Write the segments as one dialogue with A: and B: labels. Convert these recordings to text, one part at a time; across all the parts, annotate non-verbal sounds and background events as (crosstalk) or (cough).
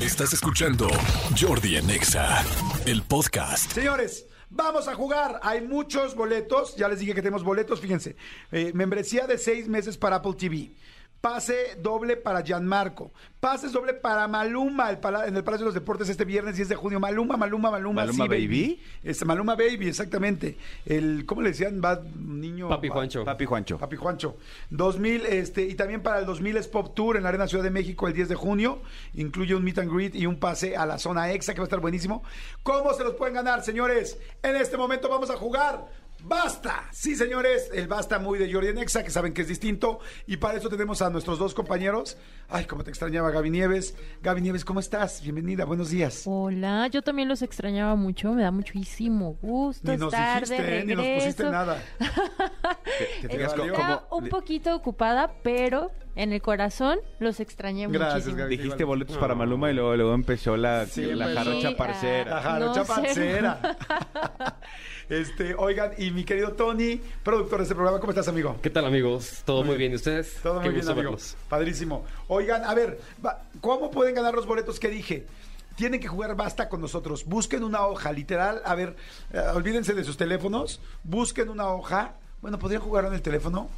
A: Estás escuchando Jordi en EXA, el podcast.
B: Señores, vamos a jugar. Hay muchos boletos. Ya les dije que tenemos boletos. Fíjense, Eh, membresía de seis meses para Apple TV. Pase doble para Gianmarco. Pases doble para Maluma el pala- en el Palacio de los Deportes este viernes 10 de junio. Maluma, Maluma, Maluma.
C: ¿Maluma Baby?
B: Este, Maluma Baby, exactamente. El, ¿Cómo le decían? Va, niño.
D: Papi
B: va-
D: Juancho.
C: Papi Juancho.
B: Papi Juancho. 2000, este, y también para el 2000 es Pop Tour en la Arena Ciudad de México el 10 de junio. Incluye un meet and greet y un pase a la zona extra que va a estar buenísimo. ¿Cómo se los pueden ganar, señores? En este momento vamos a jugar. Basta, sí señores, el basta muy de Jordi en Exa, que saben que es distinto, y para eso tenemos a nuestros dos compañeros. Ay, cómo te extrañaba Gaby Nieves. Gaby Nieves, ¿cómo estás? Bienvenida, buenos días.
E: Hola, yo también los extrañaba mucho, me da muchísimo gusto
B: Ni nos
E: estar de
B: dijiste, eh,
E: regreso.
B: ni nos pusiste nada.
C: Te
B: Te
C: fijas co-
B: valió.
E: Estaba
C: como
E: un poquito ocupada, pero en el corazón los extrañé
B: Gracias,
E: muchísimo.
B: Gaby.
C: dijiste este boletos para Maluma y luego, luego empezó la,
B: Sí,
C: la
B: empezó.
C: jarocha parcera.
B: ah, La jarocha
E: No sé. (laughs)
B: pancera. este, oigan, y mi querido Tony, productor de este programa, ¿cómo estás, amigo?
D: ¿Qué tal, amigos? ¿Todo muy bien? ¿Y ustedes?
B: Todo
D: Qué
B: muy bien,
D: gusto
B: amigo.
D: verlos.
B: Padrísimo. Oigan, a ver, va- ¿cómo pueden ganar los boletos que dije? Tienen que jugar basta con nosotros. Busquen una hoja, literal. A ver, eh, olvídense de sus teléfonos. Busquen una hoja. Bueno, ¿podrían jugar en el teléfono?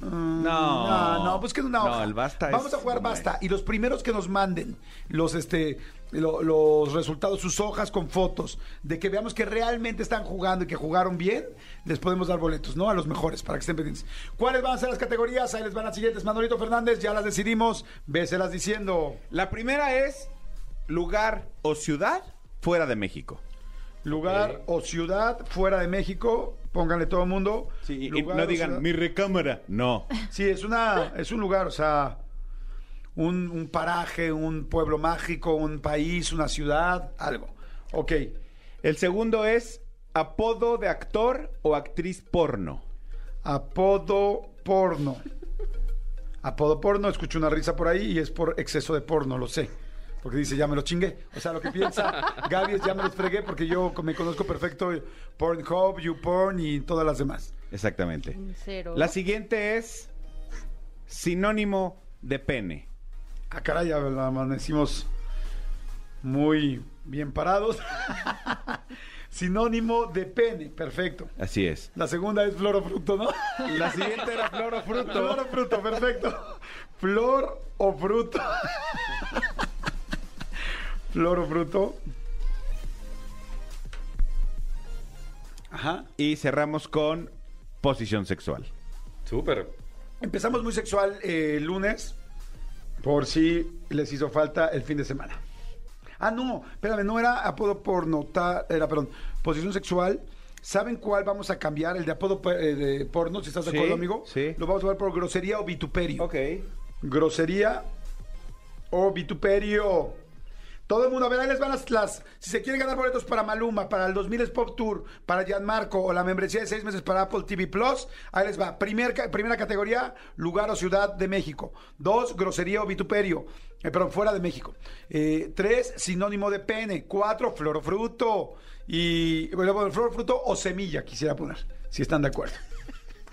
B: Mm,
C: No.
B: no, no, busquen una
C: No,
B: hoja.
C: el basta es
B: Vamos a jugar
C: como
B: basta.
C: es.
B: Y los primeros que nos manden los, este, lo- los resultados, sus hojas con fotos, de que veamos que realmente están jugando y que jugaron bien, les podemos dar boletos, ¿no? A los mejores, para que estén pendientes. ¿Cuáles van a ser las categorías? Ahí les van las siguientes. Manolito Fernández, ya las decidimos. Véselas diciendo.
C: La primera es lugar o ciudad fuera de México.
B: Lugar
C: Eh.
B: o ciudad fuera de México. Pónganle todo el mundo.
C: Sí, y- y
B: Lugar
C: no
B: o
C: digan
B: ciudad-
C: mi recámara. (laughs) No.
B: Sí, es una, es un lugar, o sea, un, un paraje, un pueblo mágico, un país, una ciudad, algo. Ok.
C: El segundo es apodo de actor o actriz porno.
B: Apodo porno. Apodo porno, escucho una risa por ahí y es por exceso de porno, lo sé. Porque dice, ya me lo chingué. O sea, lo que piensa Gaby es, ya me los fregué porque yo me conozco perfecto Pornhub, YouPorn y todas las demás.
C: Exactamente.
E: Cero.
C: La siguiente es sinónimo de pene.
B: Ah, caray, ya amanecimos muy bien parados. (laughs) Sinónimo de pene, perfecto.
C: Así es.
B: La segunda es flor o fruto, ¿no?
C: La siguiente era flor o
B: Flor o
C: fruto.
B: fruto, perfecto. Flor o fruto. Flor o fruto. Ajá.
C: Y cerramos con posición sexual.
D: Súper.
B: Empezamos muy sexual eh, el lunes, por si les hizo falta el fin de semana. Ah, no, espérame, no era apodo porno, ta- era, perdón, posición sexual. ¿Saben cuál vamos a cambiar? El de apodo por- eh, de porno, si estás de
C: Sí,
B: acuerdo, amigo.
C: sí.
B: Lo vamos a ver por grosería o vituperio.
C: Ok.
B: Grosería o vituperio. Todo el mundo, a ver, ahí les van las, las- Si se quieren ganar boletos para Maluma, para el 2000 es Pop Tour, para Gianmarco o la membresía de seis meses para Apple TV Plus, ahí les va. Primer ca- primera categoría, lugar o ciudad de México. Dos, grosería o vituperio, eh, perdón, fuera de México. Eh, tres, sinónimo de pene. Cuatro, flor o fruto. Y, bueno, bueno, flor o fruto o semilla, quisiera poner, si están de acuerdo.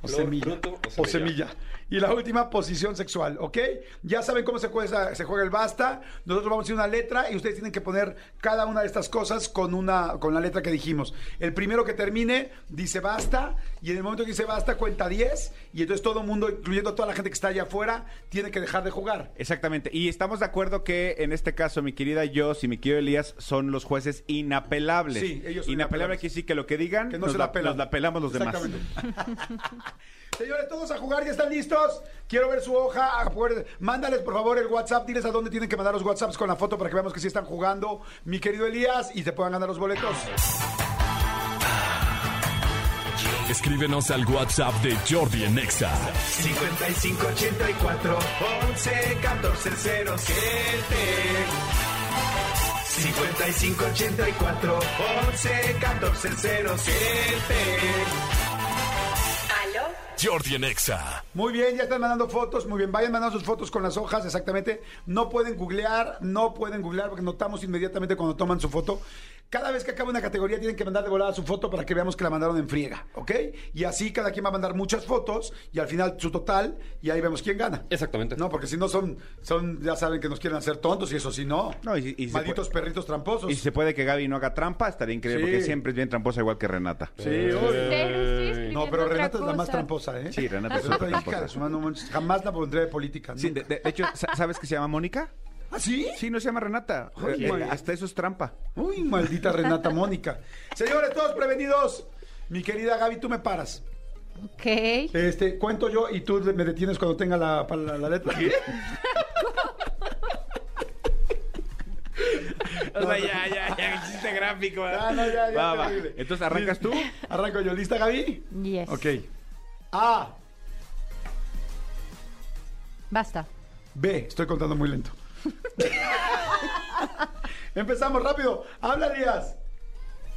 B: O
D: Flor,
B: semilla.
D: fruto
B: o semilla. Y la última, posición sexual, ¿ok? Ya saben cómo se juega, se juega el basta. Nosotros vamos a decir una letra y ustedes tienen que poner cada una de estas cosas con, una, con la letra que dijimos. El primero que termine dice basta y en el momento que dice basta cuenta 10 y entonces todo el mundo, incluyendo toda la gente que está allá afuera, tiene que dejar de jugar.
C: Exactamente. Y estamos de acuerdo que en este caso mi querida Jos y mi querido Elías son los jueces inapelables.
B: Sí, ellos son
C: Inapelable
B: inapelables.
C: que sí que lo que digan
B: Que no
C: nos
B: se la pelan.
C: nos la pelamos los demás.
B: (laughs) Señores, todos a jugar, ¿ya están listos? Quiero ver su hoja. a poder- Mándales, por favor, el WhatsApp. Diles a dónde tienen que mandar los WhatsApps con la foto para que veamos que sí están jugando, mi querido Elías, y te puedan ganar los boletos.
A: Escríbenos al WhatsApp de Jordi en EXA.
F: 5584 11 14 07 5584 11 14 07
A: Jordi en EXA.
B: Muy bien, ya están mandando fotos. Muy bien, vayan mandando sus fotos con las hojas, exactamente. No pueden googlear, no pueden googlear porque notamos inmediatamente cuando toman su foto. Cada vez que acaba una categoría tienen que mandar de volada su foto para que veamos que la mandaron en friega, ¿ok? Y así cada quien va a mandar muchas fotos y al final su total y ahí vemos quién gana.
D: Exactamente.
B: No, porque si no son, son, ya saben que nos quieren hacer tontos y eso sí no.
C: No, y si- y si se
B: Malditos perritos tramposos.
C: Y si se puede que Gaby no haga trampa, estaría increíble,
B: Sí.
C: porque siempre es bien tramposa igual que Renata.
B: Sí,
D: Eh,
B: obvio.
E: Pero estoy escribiendo
B: No, pero
E: otra
B: Renata es la más
E: cosa.
B: tramposa, ¿eh?
C: Sí, Renata es
B: Eso está
C: otra
B: hija de
C: tramposa.
B: su madre, no manches. Jamás la pondré de política.
C: Sí, de,
B: nunca.
C: de- de hecho, sa- ¿sabes que se llama Mónica?
B: ¿Ah, sí?
C: Sí, no se llama Renata.
B: Ay,
C: Eh,
B: güey.
C: hasta eso es trampa.
B: Uy, maldita Renata Mónica. Señores, todos prevenidos. Mi querida Gaby, tú me paras.
E: Ok.
B: Este, cuento yo y tú me detienes cuando tenga la, pa- la- la letra. (laughs)
C: O sea, ya, ya, ya, existe gráfico.
B: Ya, Ah, no, ya, ya,
C: Va, va.
B: terrible.
C: Entonces arrancas tú.
B: Arranco yo. ¿Lista, Gaby?
E: Yes.
B: Ok. A,
E: Basta.
B: B. Estoy contando muy lento. Empezamos rápido. Habla, Díaz.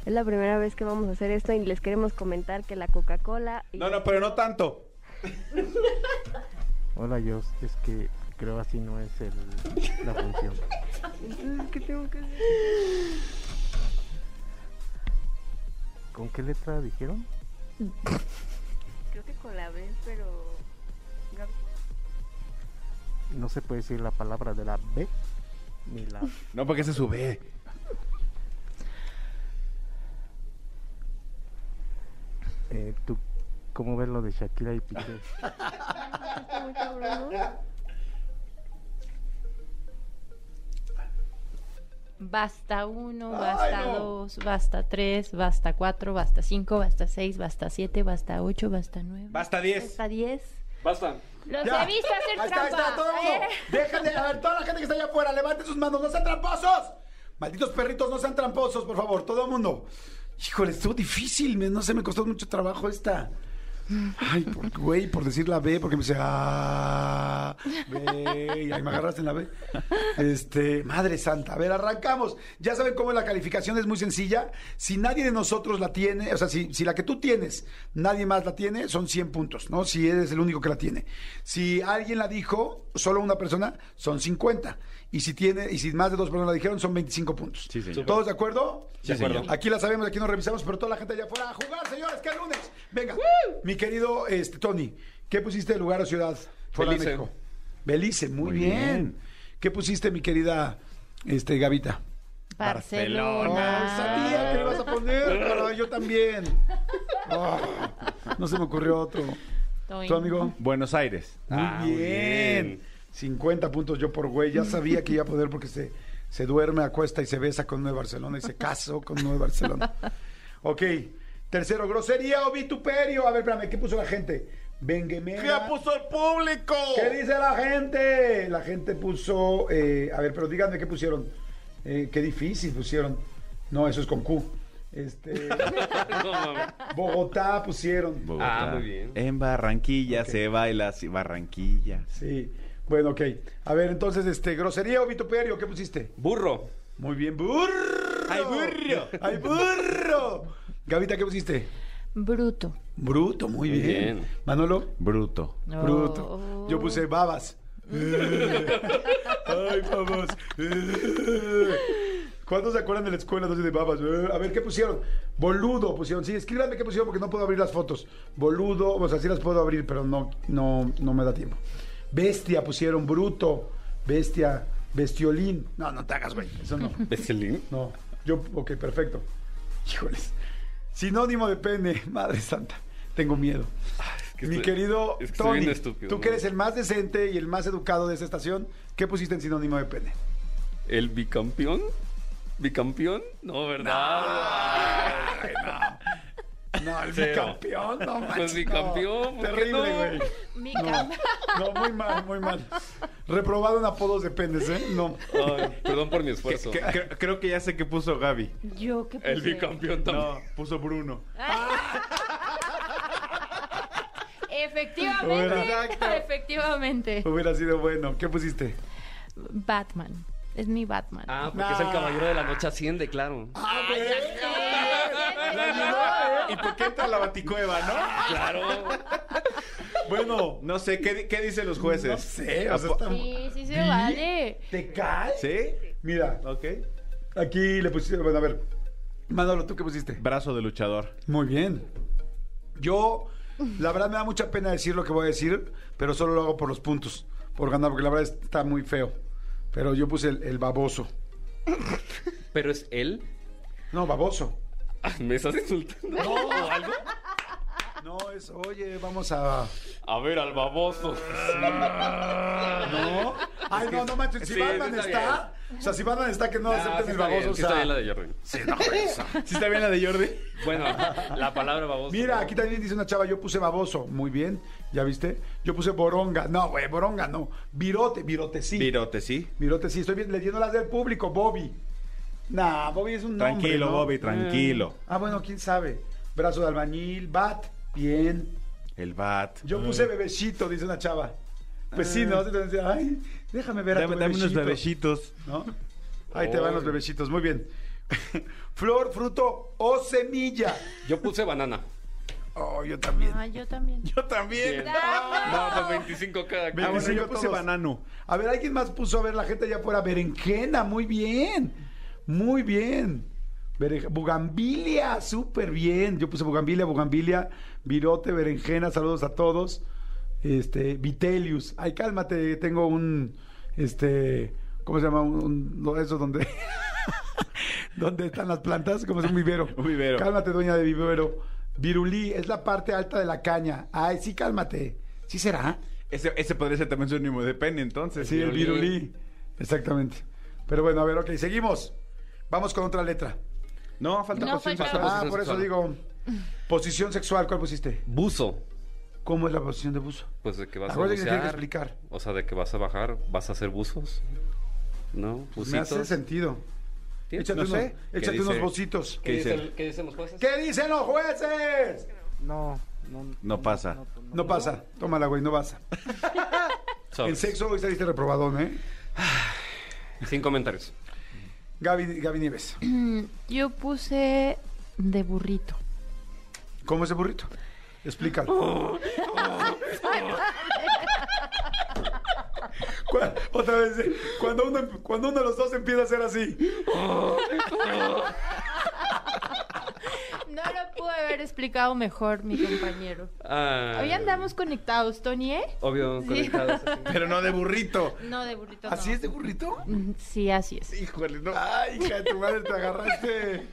G: Es la primera vez que vamos a hacer esto y les queremos comentar que la Coca-Cola... y-
C: No, no, pero no tanto.
H: Hola, yo es que creo así no es el- la función.
G: Entonces, Mm, ¿qué tengo que hacer?
H: ¿Con qué letra dijeron?
G: Creo que con la B, pero... Gaby,
H: No se puede decir la palabra de la B ni la...
C: No, porque se sube.
H: Eh, ¿Tú cómo ves lo de Shakira y Piqué?
G: está muy cabrón, ¿no?
E: Basta uno,
B: Ay,
E: basta
B: no.
E: dos, basta tres, basta cuatro, basta cinco, basta seis, basta siete, basta ocho, basta nueve.
C: Basta 10.
E: Basta diez. (laughs)
D: Basta.
E: Los
B: Ya.
E: he visto hacer
B: Ahí está,
E: trampa.
B: ahí está, todo el mundo.
E: ¿eh?
B: Déjenle, a ver, toda la gente que está allá afuera, levanten sus manos, no sean tramposos. Malditos perritos, no sean tramposos, por favor, todo el mundo. Híjole, estuvo difícil, me- no sé, me costó mucho trabajo esta. Ay, por, güey, por decir la B, porque me dice, ah, B, y ahí me agarraste en la B. Este, madre santa, a ver, arrancamos. Ya saben cómo es la calificación, es muy sencilla. Si nadie de nosotros la tiene, o sea, si, si la que tú tienes, nadie más la tiene, son 100 puntos, ¿no? Si eres el único que la tiene. Si alguien la dijo, solo una persona, son 50. Y si tiene, y si más de dos personas la dijeron, son 25 puntos.
C: Sí, señor.
B: ¿Todos de acuerdo?
C: Sí, De acuerdo. señor.
B: Aquí la sabemos, aquí nos revisamos, pero toda la gente allá afuera a jugar, señores, que es lunes. Venga, mi querido este, Tony, ¿qué pusiste de lugar o ciudad fuera
D: Belice.
B: de México? Belice, muy,
C: Muy
B: bien.
C: bien.
B: ¿Qué pusiste, mi querida este, Gavita? Ah.
E: Barcelona.
B: Ay, sabía que le ibas a poner, pero yo también. (laughs) Ah, no se me ocurrió otro.
E: Estoy-
B: ¿Tu amigo?
C: Buenos Aires.
B: Muy
D: Ah, muy
B: bien.
D: bien.
B: 50 puntos yo por güey. Ya sabía que iba a poder porque se, se duerme, acuesta y se besa con Nueva Barcelona y se casó con Nueva Barcelona. Ok. Tercero, grosería o vituperio. A ver, espérame, ¿qué puso la gente? Benguemera.
C: el público?
B: ¿Qué dice la gente? La gente puso. eh, a ver, pero díganme qué pusieron. Eh, qué difícil pusieron. No, eso es con Q. (laughs) Este,
D: No, mames.
B: Bogotá pusieron.
D: Ah, muy bien.
C: En Barranquilla
B: Ok.
C: se baila así, Barranquilla.
B: Sí. Bueno, ok. A ver, entonces, este, grosería o vituperio, ¿qué pusiste?
D: Burro.
B: Muy bien, burro.
C: ¡Ay, burro!
B: ¡Ay, burro! Gavita, ¿qué pusiste?
E: Bruto.
B: Bruto, muy
D: Muy
B: bien.
D: bien.
B: Manolo,
C: Bruto.
E: No.
B: bruto. Yo puse babas. ¡Ay, babas! ¿Cuántos se acuerdan de la escuela entonces de babas? A ver, ¿qué pusieron? Boludo pusieron. Sí, escríbanme qué pusieron porque no puedo abrir las fotos. Boludo, o sea, sí las puedo abrir, pero no, no, no me da tiempo. Bestia pusieron, bruto, bestia, bestiolín. No, no te hagas, güey. Eso no.
D: Bestelín.
B: No, yo, ok, perfecto. Híjoles. Sinónimo de pene, (laughs) madre santa. Tengo miedo.
D: que
B: Mi
D: estoy-
B: querido
D: es que estoy
B: Tony,
D: bien estúpido,
B: tú
D: ¿no?
B: que eres el más decente y el más educado de esta estación, ¿qué pusiste en sinónimo de pene?
D: ¿El bicampeón? ¿Bicampeón? No, ¿verdad?
B: No, el
D: Cero.
B: bicampeón, no manches.
D: Pues bicampeón,
B: no.
D: ¿por qué
B: Terrible,
D: no?
B: güey.
E: (laughs) Mi
B: No,
E: cama.
B: no, muy mal, muy mal. Reprobado en apodos de penes, ¿eh? No.
D: Ay, perdón (laughs) por mi
C: Que-
D: esfuerzo.
C: que- cre- creo que ya sé que puso Gaby.
E: Yo qué puse.
D: El bicampeón también.
C: No, puso Bruno.
E: (laughs) Efectivamente.
B: Exacto.
E: Efectivamente.
B: Hubiera sido bueno. ¿Qué pusiste?
E: Batman. Es mi Batman.
D: Ah, porque es el caballero de la noche asciende, claro.
B: Ah, pues, ¿eh?
C: ¿Y por qué entra la baticueva, no?
B: (laughs)
D: Claro.
C: Bueno, no sé, ¿qué, di- qué dicen los jueces?
B: No sé, o sea, está-
E: Sí, sí se
B: ¿Vi?
E: vale.
B: ¿Te caes?
C: ¿Sí?
B: Mira,
C: Ok.
B: Aquí le pusieron, bueno, a ver, Manolo, ¿tú qué pusiste?
C: Brazo de luchador.
B: Muy bien. Yo, la verdad me da mucha pena decir lo que voy a decir, pero solo lo hago por los puntos, por ganar, porque la verdad está muy feo. Pero yo puse el, el baboso.
D: Pero es él.
B: No, baboso.
D: Ah, (laughs) ¿Me estás insultando? No, o algo.
B: No, es, oye, vamos a...
D: A ver, al baboso.
B: ¿No? Ay, no, no manches, si
D: sí,
B: Batman
D: sí está
B: está... O sea, si Batman está que no
D: Ah,
B: acepten
D: sí
B: el
D: está bien,
B: baboso, o
D: sí está
B: sea,
D: bien la de Jordan.
C: ¿Sí está bien la de Jordi?
B: (laughs)
D: Bueno, la palabra baboso.
B: Mira, aquí también dice una chava, yo puse baboso. Muy bien, ¿ya viste? Yo puse boronga. No, güey, boronga no. Virote, virote sí.
C: Virote, sí.
B: Virote sí, estoy bien- leyendo las del público, Bobby. Nah, Bobby es un nombre,
C: Tranquilo,
B: ¿no?
C: Bobby, tranquilo.
B: Ah, bueno, quién sabe. Brazo de albañil, bat, bien.
C: El bat.
B: Yo puse bebecito, dice una chava. Pues sí, ¿no? Entonces, Ay, déjame ver a
C: Ah. Dame,
B: tu
C: dame unos
B: bebecito,
C: bebecitos.
B: ¿no? Ahí te van los bebecitos, muy bien. (laughs) Flor, fruto o semilla.
D: Yo puse banana.
B: Oh, yo también.
E: Ah, yo
B: (laughs)
E: también.
C: Yo también.
D: Bien. No, pues 25 cada
C: Ah,
D: quien.
C: bueno, yo
B: 25
C: puse
B: todos.
C: banano.
B: A ver, alguien más puso, a ver, la gente allá afuera, berenjena, muy bien, muy bien. Berenje- Bugambilia, súper bien. Yo puse bugambilia, bugambilia, virote, berenjena, saludos a todos. Este, Vitelius, ay, cálmate, tengo un, este, ¿cómo se llama? Un, un- lo- eso donde, (laughs) donde están las plantas, como es un vivero.
C: (laughs) Un vivero.
B: Cálmate, doña de vivero. Virulí, es la parte alta de la caña. Ay, sí, cálmate. ¿Sí será?
C: Ese, ese podría ser también sinónimo de pene, entonces.
B: Sí, el
D: Virulí.
B: virulí. Exactamente. Pero bueno, a ver, ok, seguimos. Vamos con otra letra.
C: No, falta
E: No,
C: posición
E: falta-
C: sexual.
B: Ah,
D: posición
B: por eso
D: sexual.
B: digo. Posición sexual, ¿cuál pusiste?
D: Buzo.
B: ¿Cómo es la posición de buzo?
D: Pues de que vas a
B: Acuérdate que tienes que
D: bucear.
B: explicar.
D: O sea, de que vas a bajar, vas a hacer buzos. ¿No?
B: Me hace
D: Bucitos.
B: sentido.
D: ¿Tienes?
B: Échate,
D: No
B: unos,
D: sé.
C: ¿Qué
B: échate
C: dice?
B: unos bocitos.
D: ¿Qué,
C: ¿Qué
D: dice
C: dice?
D: el- ¿Qué dicen los jueces?
B: ¿Qué dicen los jueces?
H: No, no.
C: No pasa.
B: No pasa. Tómala, güey, no pasa.
D: Sobres.
B: En sexo hoy saliste reprobadón, ¿eh?
D: Sin
E: (laughs)
D: comentarios.
B: Gaby, Gaby Nieves.
E: Mm, Yo puse de burrito.
B: ¿Cómo es el burrito? Explícalo. Cu- Otra vez, eh, cuando uno, cuando uno de los dos empieza a hacer así.
E: No lo pude haber explicado mejor mi compañero.
D: Ah,
E: Hoy andamos conectados, Tony, ¿eh?
D: Obvio,
E: Sí.
D: conectados. así.
C: Pero no de burrito.
E: No, de burrito.
B: ¿Así es de burrito?
E: Sí, así es.
C: Híjole, no.
B: Ay, hija de tu madre, te agarraste.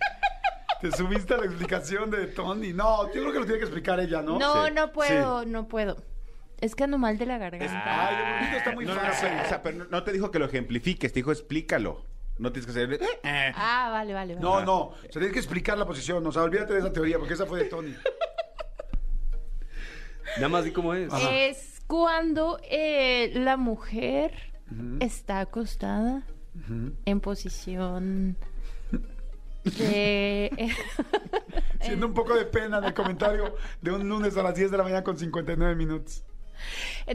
B: Te subiste a la explicación de Tony. No, yo creo que lo tiene que explicar ella, ¿no?
E: No, no, puedo, no puedo. Es que ando mal de la garganta.
B: Ay, de burrito está muy
C: No, no, no,
B: fácil.
C: pero, o sea, pero no- no te dijo que lo ejemplifiques, te dijo explícalo. No tienes que ser. eh.
E: Ah, vale, vale, vale.
B: No, no. O sea, tienes que explicar la posición. O sea, olvídate de esa teoría, porque esa fue de Tony.
D: Nada más di cómo es.
E: Es cuando eh, la mujer está acostada en posición de... (laughs)
B: Siendo un poco de pena en el comentario de un lunes a las 10 de la mañana con 59 minutos.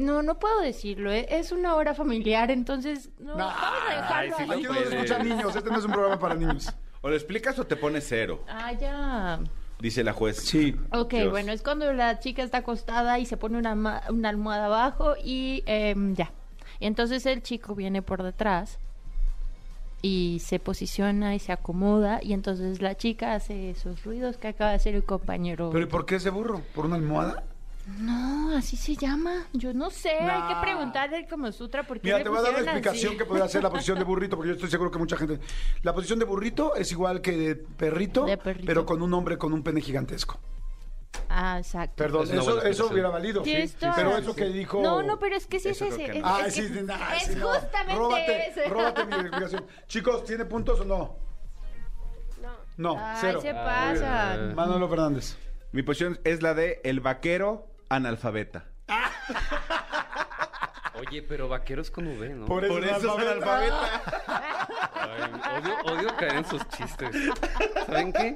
E: no, no puedo decirlo. eh, Es una hora familiar, entonces... No,
B: No.
E: vamos a dejarlo
D: Ay, sí lo
E: ahí.
B: Aquí no nos
D: puedes.
B: escuchan niños. Este no es un programa para niños.
C: O lo explicas o te pones cero,
E: Ah, ya.
C: dice la juez.
B: Sí.
E: Ok,
C: Dios.
E: bueno, es cuando la chica está acostada y se pone una, ma- una almohada abajo y em, ya. Entonces el chico viene por detrás y se posiciona y se acomoda y entonces la chica hace esos ruidos que acaba de hacer el compañero.
B: ¿Pero y por qué ese burro? ¿Por una almohada?
E: No, así se llama. Yo no sé, hay
B: Nah.
E: que preguntarle como sutra porque...
B: Mira, te voy a dar la explicación que podría ser la
E: (laughs)
B: posición de burrito, porque yo estoy seguro que mucha gente. La posición de burrito es igual que de perrito,
E: De perrito.
B: pero con un hombre con un pene gigantesco.
E: Ah, exacto.
B: Perdón,
D: Es una
B: eso,
D: buena
B: eso
D: explicación.
B: hubiera valido.
E: Tienes toda
B: Pero
E: la
B: eso
E: razón.
B: que dijo.
E: No, no, pero es que sí es
C: Eso creo
E: ese.
C: que
E: es-
C: no.
B: Ah,
E: es,
B: sí,
E: que-
B: nah,
E: es
B: sí, no.
E: justamente
B: Róbate,
E: ese.
B: róbate mi explicación. Chicos, ¿tiene puntos o no?
G: No.
B: No,
E: (laughs) Ay,
B: cero.
E: se pasan.
B: Manolo Fernández. (laughs)
C: Mi posición es la de el vaquero analfabeta.
D: Oye, pero vaqueros con V, ¿no?
B: Por eso,
C: Por eso es analfabeta.
D: Ay, odio, odio caer en sus chistes. ¿Saben qué?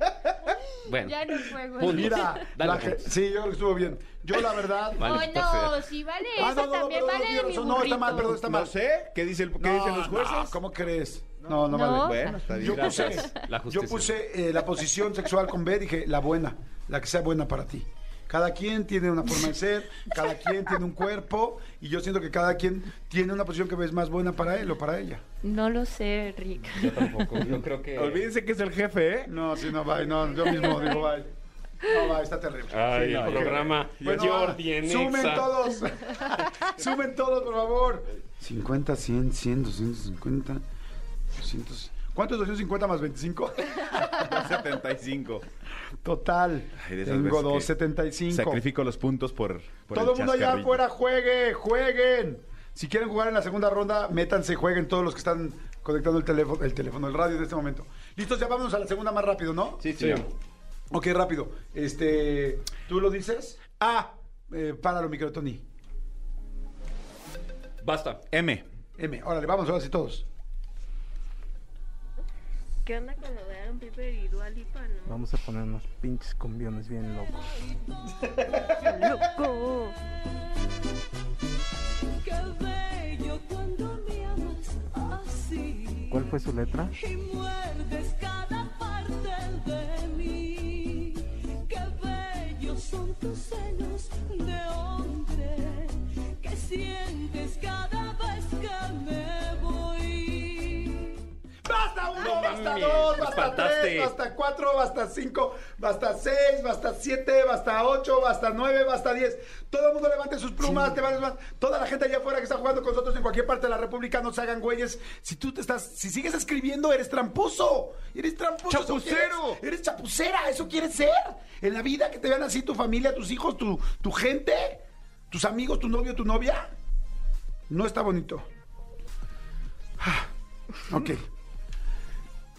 D: Bueno.
E: Ya no juego.
D: Punto.
B: Mira,
D: Dale,
B: la
D: pues.
B: ge- sí, yo creo que estuvo bien. Yo, la verdad.
D: Vale,
E: oh,
D: está
E: no,
D: fea.
E: si vale
B: Ah,
E: eso también,
B: perdón,
E: vale
B: tienes
E: de mi
B: razón. No, está mal,
E: burrito.
B: perdón, está mal.
C: No sé, ¿qué, dice el- qué dicen los jueces?
B: No, ¿Cómo crees? No, no,
E: No.
B: vale.
C: Bueno, está bien.
B: Yo puse,
D: Gracias, la
B: yo
D: justicia.
B: puse eh, la posición sexual con B, dije la buena, la que sea buena para ti. Cada quien tiene una forma de ser, cada quien tiene un cuerpo y yo siento que cada quien tiene una posición que ves más buena para él o para ella.
E: No lo sé, Rick.
D: Yo tampoco, yo creo que...
C: Olvídense que es el jefe, ¿eh?
B: No, sí, no, bye, no, yo mismo digo bye. No, bye, está terrible.
D: Ay,
C: Sí, no,
D: el
C: yo-
D: programa.
B: Bueno,
D: Jordi en
B: sumen
D: Exa. (laughs)
B: todos. sumen todos, por favor. 50, 100, 100, 250, 200. ¿Cuánto es 250 más 25?
C: 75.
B: Total.
C: Ay, de esas
B: Tengo
C: veces que
B: 275.
C: Sacrifico los puntos por, por
B: Todo el mundo allá
C: chascarrillo.
B: afuera, juegue, jueguen. Si quieren jugar en la segunda ronda, métanse, jueguen todos los que están conectando el teléfono, el teléfono, el radio en este momento. Listos, ya vámonos a la segunda más rápido, ¿no?
D: Sí, sí.
B: Ok, rápido. Este, ¿tú lo dices? Ah, eh, páralo, micro Tony.
D: Basta.
C: M.
B: M, órale, vamos, ahora sí todos.
G: ¿Qué onda con lo de Aaron Piper y Dua Lipa, no?
H: Vamos a poner unos pinches cumbiones bien locos.
G: ¡Loco!
H: ¿Cuál fue su letra?
B: Basta uno, basta
D: mames,
B: dos,
D: me
B: basta
D: espantaste.
B: tres, basta cuatro, basta cinco, basta seis, basta siete, basta ocho, basta nueve, basta diez. Todo el mundo levante sus plumas, te van- van- toda la gente allá afuera que está jugando con nosotros en cualquier parte de la República, no se hagan güeyes. Si tú te estás, si sigues escribiendo, eres tramposo, eres tramposo. eso
D: ¡Chapucero!
B: quieres, eres chapucera, eso quieres ser. En la vida que te vean así tu familia, tus hijos, tu, tu gente, tus amigos, tu novio, tu novia. No está bonito. Ah, Ok.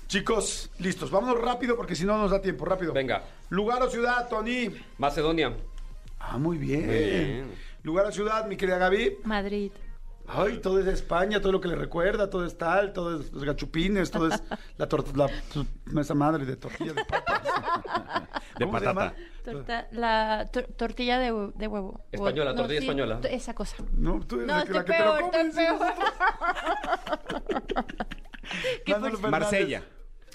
B: Chicos, listos. Vámonos rápido porque si no nos da tiempo. Rápido.
D: Venga.
B: Lugar o ciudad, Tony.
D: Macedonia.
B: Ah, muy bien.
D: Muy bien.
B: Lugar o ciudad, mi querida Gaby.
E: Madrid.
B: Ay, todo es España, todo lo que le recuerda, todo es tal, todo es los gachupines, todo
E: (laughs)
B: es la torta, la esa madre de tortilla de papas.
C: De
B: ¿Cómo se llama?
C: patata.
E: Torta- la tor- tortilla de, hue- de huevo. O-
D: Española, tortilla española.
E: t- Esa cosa.
B: No, tú eres
E: No,
B: la que, la
E: estoy
B: que te lo
E: peor, estoy
B: comes.
E: peor.
B: Manolo Fernández.
C: Marsella.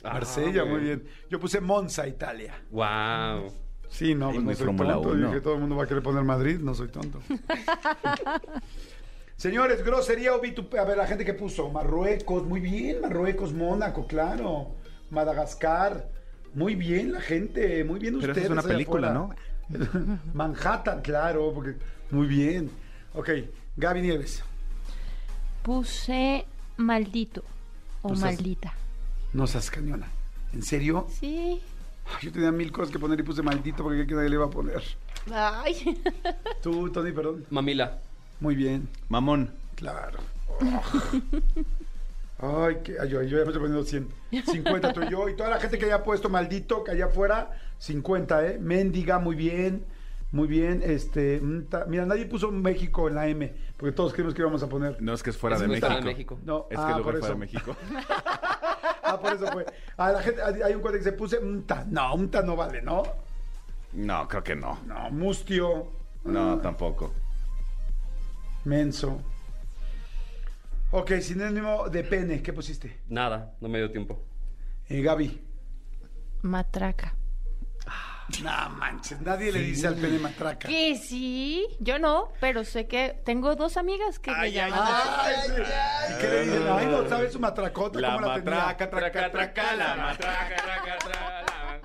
D: Ah,
B: Marsella, muy
D: güey.
B: bien. Yo puse Monza, Italia.
D: Wow.
B: Sí, no, pues no
C: muy
B: soy
C: Fórmula
B: tonto.
C: Uno.
B: Dije, todo el mundo va a querer poner Madrid, no soy tonto. (laughs) Señores, grosería o vituperio. A ver, la gente que puso. Marruecos, muy bien. Marruecos, Mónaco, claro. Madagascar. Muy bien la gente, muy bien
C: Pero
B: ustedes.
C: esa es una
B: allá
C: película,
B: afuera. (laughs) Manhattan, claro, porque muy bien. Ok, Gaby Nieves.
E: Puse maldito o
B: Pues es-
E: maldita.
B: No seas cañona. ¿En serio?
E: Sí.
B: Ay, Yo tenía mil cosas que poner y puse maldito porque aquí nadie le iba a poner.
E: Ay.
B: Tú, Tony, perdón.
D: Mamila.
B: Muy bien.
C: Mamón.
B: Claro. Ay, que, ay, yo, yo ya me estoy poniendo 100. 50 tú y yo. Y toda la gente que haya puesto maldito, que allá afuera, 50, ¿eh? Méndiga, muy bien. Muy bien. Este, mm, ta- mira, nadie puso México en la M, porque todos creemos que íbamos a poner.
C: No es que es fuera
D: Es
C: de
D: que
C: México.
D: está en México.
B: No,
C: Es que
B: ah,
C: el
B: por
C: lugar fuera
B: eso.
C: de México.
B: (laughs) Ah, por eso fue. A la gente, hay un cuate que se puse Mta. No, Mta no vale, ¿no?
C: No, creo que no.
B: No, Mustio,
C: No, tampoco.
B: Menso. Ok, sinónimo de pene, ¿qué pusiste?
D: Nada, no me dio tiempo.
B: Eh, Gaby.
E: Matraca.
B: No manches, nadie le dice al pene matraca.
E: Que sí, yo no, pero sé que tengo dos amigas que le llaman así.
B: Ay, sí. ¿Y qué le dicen? Ay, no sabes su matracota,
C: La
B: cómo la tenía?
C: matraca, traca, traca, la matraca.
D: traca, traca.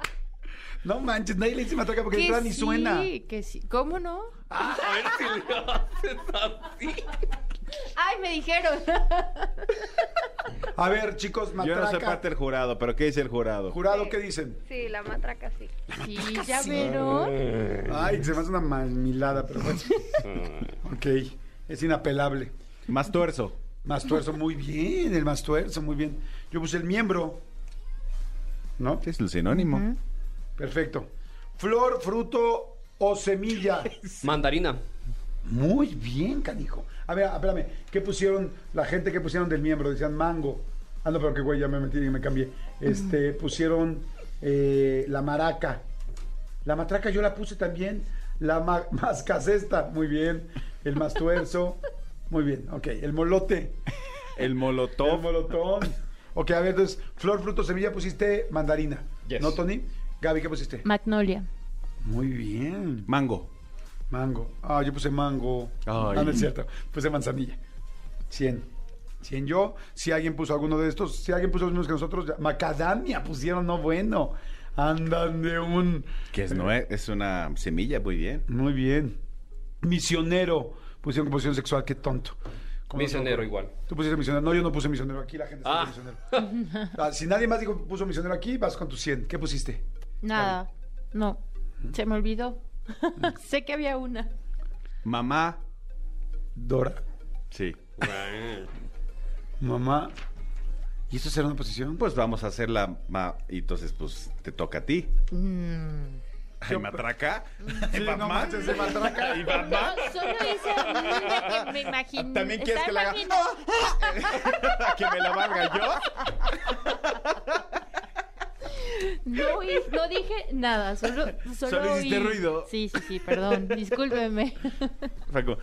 B: No manches, nadie le dice matraca porque
E: Que
B: entra ni
E: sí,
B: suena.
E: que sí. ¿Cómo no?
D: Ah, A ver si le haces así.
E: Ay, me dijeron.
B: A ver, chicos,
C: Yo
B: matraca.
C: no soy parte del jurado, pero ¿qué dice el jurado?
B: Jurado, ¿qué dicen?
G: Sí, la matraca sí.
E: Sí, (laughs) ya vieron.
B: Ay, se me hace una mamilada, pero bueno. ok, es inapelable.
C: Más tuerzo.
B: Mastuerzo, muy bien, el mastuerzo, muy bien. Yo puse el miembro. ¿No?
C: Es el sinónimo.
B: Perfecto. Flor, fruto o (laughs) semilla.
D: Mandarina.
B: Muy bien, canijo. A ver, espérame, ¿qué pusieron la gente que pusieron del miembro? Decían mango. Ah, no, pero qué güey, ya me metí y me cambié. Este, pusieron eh, la maraca. La matraca yo la puse también. La ma- (laughs) mascacesta, muy bien. El mastuerzo, muy bien. Ok, el molote.
C: El molotov.
B: El molotón. Ok, a ver, entonces, flor, fruto, semilla, pusiste mandarina.
D: Yes.
B: ¿No, Tony? Gaby, ¿qué pusiste?
E: Magnolia.
B: Muy bien.
C: Mango.
B: Mango. Ah, yo puse mango.
C: Ay.
B: Ah, no es cierto. Puse manzanilla. 100. 100 yo. Si alguien puso alguno de estos, si alguien puso los mismos que nosotros, ya- macadamia pusieron, no bueno. Andan de un.
C: Que es, no es, es una semilla, muy bien.
B: Muy bien. Misionero. Pusieron composición sexual, qué tonto. ¿Cómo no se me
D: Misionero
B: ocurre?
D: igual.
B: Tú pusiste misionero. No, yo no puse misionero. Aquí la gente
D: Ah.
B: está misionero. Ah, si nadie más dijo que puso misionero aquí, vas con tus 100. ¿Qué pusiste?
E: Nada, no. Se me olvidó. (laughs) sé que había una.
C: Mamá.
B: Dora.
C: Sí.
B: Mamá. ¿Y eso será una posición?
C: Pues vamos a hacer la ma y entonces pues te toca a ti. Ay, matraca.
B: Sí, no
C: Mamá.
B: manches, ¿eh? se matraca.
C: Y mamá.
E: No, solo hice una que me imaginé.
C: También quieres
E: estaba
C: que la haga.
E: imaginando-
C: que me la valga yo.
E: No, hi- no dije nada, solo, solo,
C: Solo hiciste
E: oí.
C: ruido.
E: Sí, sí, sí, (laughs) perdón, discúlpeme.
C: Fue como,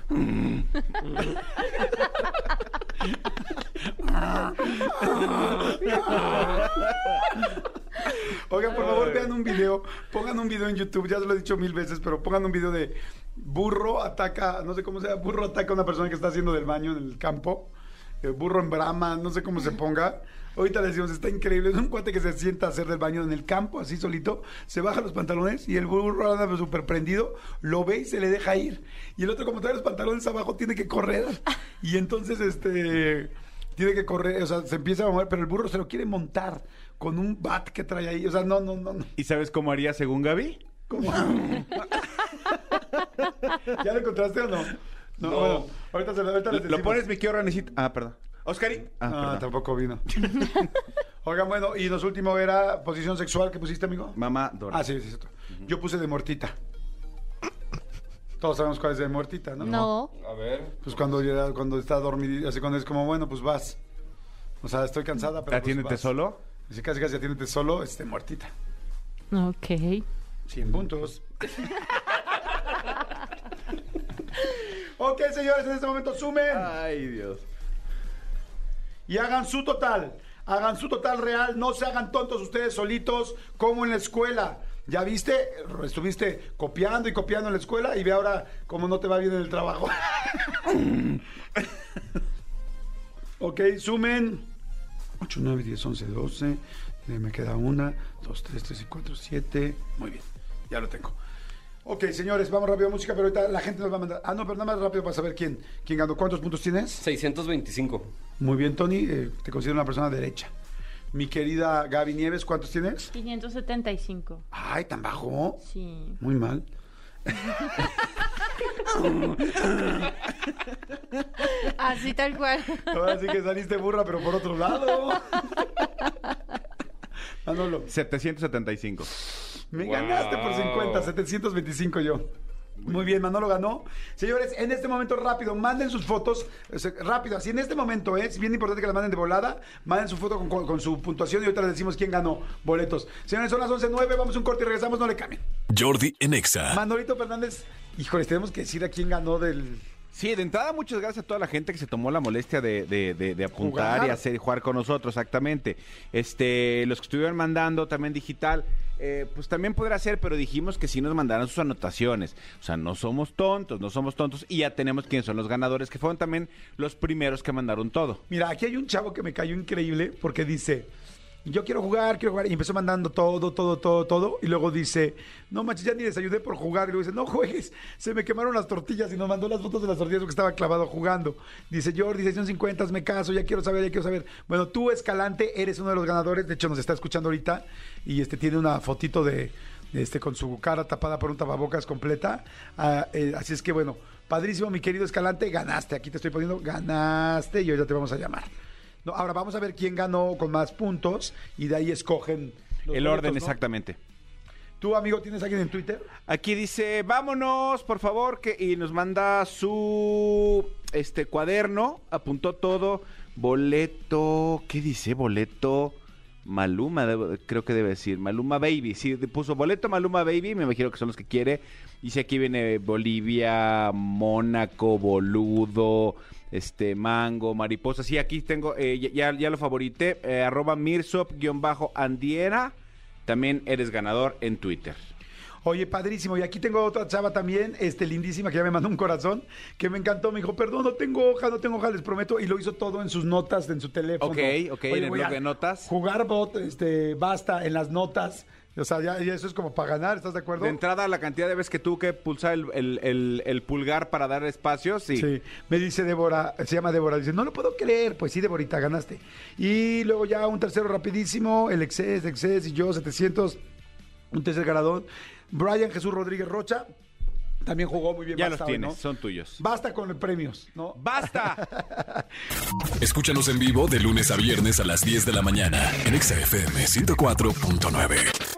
B: Oigan, por favor, vean un video. Pongan un video en YouTube. Ya se lo he dicho mil veces, pero pongan un video de burro ataca, no sé cómo sea, burro ataca a una persona que está haciendo del baño en el campo. Eh, burro en brama, no sé cómo se ponga. Ahorita les decimos, está increíble. Es un cuate que se sienta a hacer del baño en el campo, así solito. Se baja los pantalones y el burro anda súper prendido. Lo ve y se le deja ir. Y el otro, como trae los pantalones abajo, tiene que correr. Y entonces, este. Tiene que correr, o sea, se empieza a mover, pero el burro se lo quiere montar con un bat que trae ahí. O sea, no, no, no, no.
C: ¿Y sabes cómo haría según Gaby?
B: ¿Cómo? ¿Ya lo encontraste o no? No,
C: No.
B: bueno, ahorita, se lo, ahorita les
C: Lo,
B: decimos.
C: pones mi quiero necesito. Ah, perdón. Oscari.
B: Ah,
C: Ah, perdón.
B: tampoco vino. (laughs) Oigan, bueno, y los últimos era posición sexual que pusiste, amigo.
C: Mamá Dora.
B: Ah, sí, sí, es cierto. Yo puse de mortita. Todos sabemos cuál es de mortita, ¿no?
E: No,
D: A ver.
B: Pues cuando, ya- cuando está dormido, así cuando es como, bueno, pues vas. O sea, estoy cansada, pero.
C: Atiéndete
B: pues vas.
C: solo.
B: Dice, casi casi atiéndete solo, este, mortita.
E: ok.
B: 100 puntos. ok, señores, en este momento sumen
C: Ay, Dios.
B: y hagan su total. Hagan su total real, no se hagan tontos ustedes solitos como en la escuela. Ya viste, estuviste copiando y copiando en la escuela y ve ahora cómo no te va bien en el trabajo. (laughs) ok, sumen. 8, 9, 10, 11, 12. Me queda una, 2, 3, 3 y 4, 7. Muy bien, ya lo tengo. Ok, señores, vamos rápido a música, pero ahorita la gente nos va a mandar. Ah, no, pero nada más rápido para saber quién, quién ganó. ¿Cuántos puntos tienes?
D: 625.
B: Muy bien, Tony, eh, te considero una persona derecha. Mi querida Gaby Nieves, ¿cuántos tienes?
E: 575.
B: Ay, tan bajo.
E: Sí.
B: Muy mal.
E: Así tal cual.
B: Ahora sí que saliste burra, pero por otro lado. (laughs) Manolo,
C: 775.
B: me
D: Wow.
B: ganaste por 50, 725 yo. Muy bien, Manolo ganó. Señores, en este momento rápido, manden sus fotos. o sea, Rápido, así en este momento, ¿eh? es bien importante que la manden de volada. Manden su foto con, con- con su puntuación y ahorita les decimos quién ganó boletos. Señores, son las 11.09, vamos a un corte y regresamos, no le cambien.
A: Jordi en Exa.
B: Manolito Fernández, híjoles, tenemos que decir a quién ganó del.
C: Sí, de entrada, muchas gracias a toda la gente que se tomó la molestia de, de- de- de apuntar
B: Jugar.
C: y hacer jugar con nosotros, exactamente. Este, los que estuvieron mandando también digital, eh, pues también podrá ser, pero dijimos que sí nos mandaran sus anotaciones. O sea, no somos tontos, no somos tontos, y ya tenemos quiénes son los ganadores, que fueron también los primeros que mandaron todo.
B: Mira, aquí hay un chavo que me cayó increíble porque dice. Yo quiero jugar, quiero jugar. Y empezó mandando todo, todo, todo, todo. Y luego dice, no manches, ya ni les ayudé por jugar. Y luego dice, no juegues, se me quemaron las tortillas. Y nos mandó las fotos de las tortillas porque estaba clavado jugando. Dice, Jordi, 650, me caso, ya quiero saber, ya quiero saber. Bueno, tú, Escalante, eres uno de los ganadores. De hecho, nos está escuchando ahorita. Y este tiene una fotito de, este, con su cara tapada por un tapabocas completa. Ah, eh, así es que bueno, padrísimo, mi querido Escalante, ganaste. Aquí te estoy poniendo, ganaste y ahorita te vamos a llamar. No, ahora vamos a ver quién ganó con más puntos y de ahí escogen los
C: El
B: boletos,
C: orden,
B: ¿no?
C: exactamente.
B: ¿Tú, amigo, tienes alguien en Twitter?
C: Aquí dice, vámonos, por favor, que, y nos manda su este cuaderno, apuntó todo, boleto, ¿qué dice? Boleto Maluma, debo- creo que debe decir, Maluma Baby, sí, de- puso boleto Maluma Baby, me imagino que son los que quiere, dice aquí viene Bolivia, Mónaco, Boludo, este, Mango, Mariposa, sí, aquí tengo, eh, ya, ya lo favorité, eh, arroba Mirsop-Andiera, también eres ganador en Twitter.
B: Oye, padrísimo. Y aquí tengo otra chava también, este, lindísima, que ya me mandó un corazón, que me encantó. Me dijo, perdón, no tengo hoja, no tengo hoja, les prometo. Y lo hizo todo en sus notas, en su teléfono.
C: Ok, ok,
B: Oye,
C: en el
B: voy a
C: blog de notas.
B: Jugar bot, este, basta, en las notas. O sea, ya, ya eso es como para ganar, ¿estás de acuerdo?
C: De entrada, la cantidad de veces que tuvo que pulsar el, el- el- el pulgar para dar espacios, sí.
B: Sí, me dice Débora, se llama Débora, dice, no lo puedo creer, pues sí, Deborita, ganaste. Y luego ya un tercero rapidísimo, el Exces, Exces y yo, 700, un tercer ganador, Brian Jesús Rodríguez Rocha, también jugó muy bien.
C: Ya
B: basta
C: los
B: hoy,
C: tienes,
B: ¿no?
C: son tuyos.
B: Basta con premios, ¿no?
C: ¡Basta!
A: Escúchanos en vivo de lunes a viernes a las 10 de la mañana en Exa FM 104.9.